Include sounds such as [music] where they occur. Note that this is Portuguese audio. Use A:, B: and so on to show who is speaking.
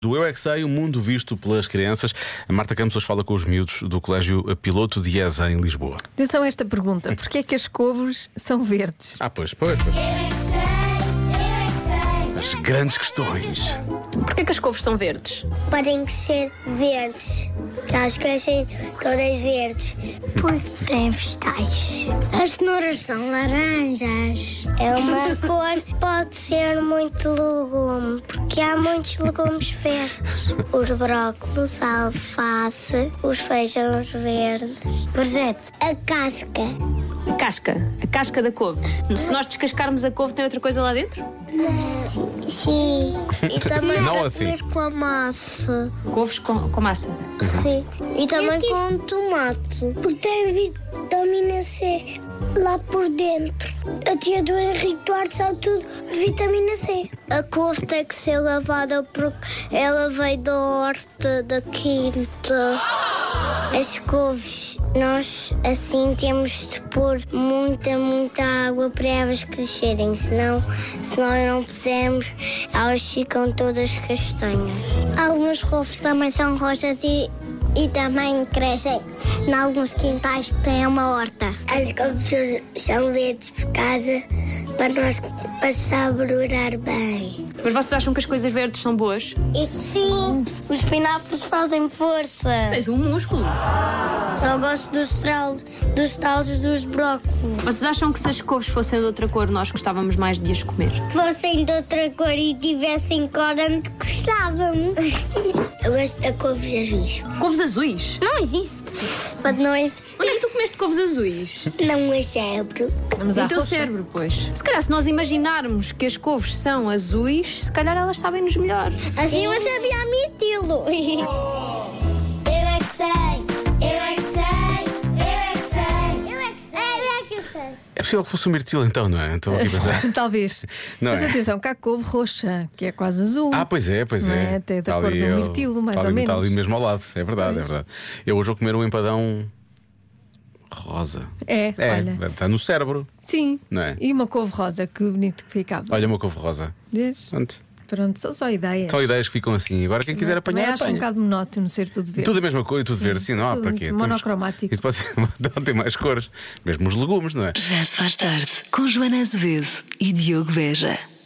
A: Do Eu é que Sei, o mundo visto pelas crianças. A Marta Campos hoje fala com os miúdos do Colégio Piloto de ESA em Lisboa.
B: Atenção a esta pergunta: porquê é que as couves são verdes?
A: Ah, pois, pois, pois.
C: Eu é que sei, eu é que sei,
A: As grandes questões.
D: Porquê que as couves são verdes?
E: podem crescer verdes. Elas crescem todas verdes. Porque têm vegetais. As cenouras são laranjas.
A: [laughs]
E: É uma cor que pode ser muito legume, porque há muitos legumes verdes. Os brócolos, a alface, os feijões verdes. Projeto. A casca.
D: Casca. A casca da couve. Se nós descascarmos a couve, tem outra coisa lá dentro?
E: Sim. E também
A: [laughs] Não
E: para
A: assim.
E: comer com a massa.
D: Couves com, com massa.
E: Sim. Uhum. E também com tomate. Porque tem vitamina C lá por dentro. A tia do Henrique Duarte sabe tudo de vitamina C. A couve tem que ser lavada porque ela veio da horta, da quinta. As couves, nós assim temos de pôr muita, muita água para elas crescerem, senão, se nós não pusermos, elas ficam todas castanhas. Algumas couves também são roxas e, e também crescem em alguns quintais que têm uma horta. As couves são verdes por casa para nós para saborar bem.
D: Mas vocês acham que as coisas verdes são boas?
E: Isso sim, os pináculos fazem força.
D: Tens um músculo.
E: Só gosto dos talos, dos talos dos brócolos.
D: Vocês acham que se as couves fossem de outra cor, nós gostávamos mais de as comer?
E: Fossem de outra cor e tivessem códamo, gostavam. [laughs] Eu gosto da couve de azuis.
D: Couves azuis?
E: Não existe. Pode não existir.
D: Olha que tu comeste couves azuis.
E: Não é cérebro.
B: Vamos
D: No
B: à
D: teu
B: roxa.
D: cérebro, pois. Se calhar, se nós imaginarmos que as couves são azuis, se calhar elas sabem-nos melhor.
E: Assim eu sabia a meu [laughs] estilo.
C: eu é que sei, eu é que sei, eu é que sei, eu é que sei, eu é que sei.
A: É possível que fosse o mirtilo então, não é? Estou aqui a
B: [laughs]
A: pensar.
B: [laughs] Talvez.
A: Não
B: Mas
A: é.
B: atenção, cá couve roxa, que é quase azul.
A: Ah, pois é, pois
B: Não
A: é.
B: é? Até da
A: Está
B: cor
A: ali
B: do
A: ao-
B: mirtilo, mais
A: está
B: ou
A: ali- Está ali
B: menos.
A: mesmo ao lado, é verdade, é verdade. Eu hoje vou comer um empadão rosa.
B: É,
A: É,
B: olha.
A: está no cérebro.
B: Sim.
A: Não é?
B: E uma couve rosa, que bonito que ficava.
A: Olha uma couve rosa.
B: Vês?
A: Pronto.
B: Pronto, são só ideias.
A: São ideias que ficam assim. Agora quem quiser
B: Também
A: apanhar,
B: acho um
A: apanha.
B: bocado monótono ser tudo verde.
A: Tudo é a mesma coisa, tudo verde, sim, não há
B: tudo
A: para quê? Temos-
B: monocromático.
A: Isso pode ser, [laughs] não tem mais cores, mesmo os legumes, não é?
F: Já se faz tarde com Joana Azevedo e Diogo Veja.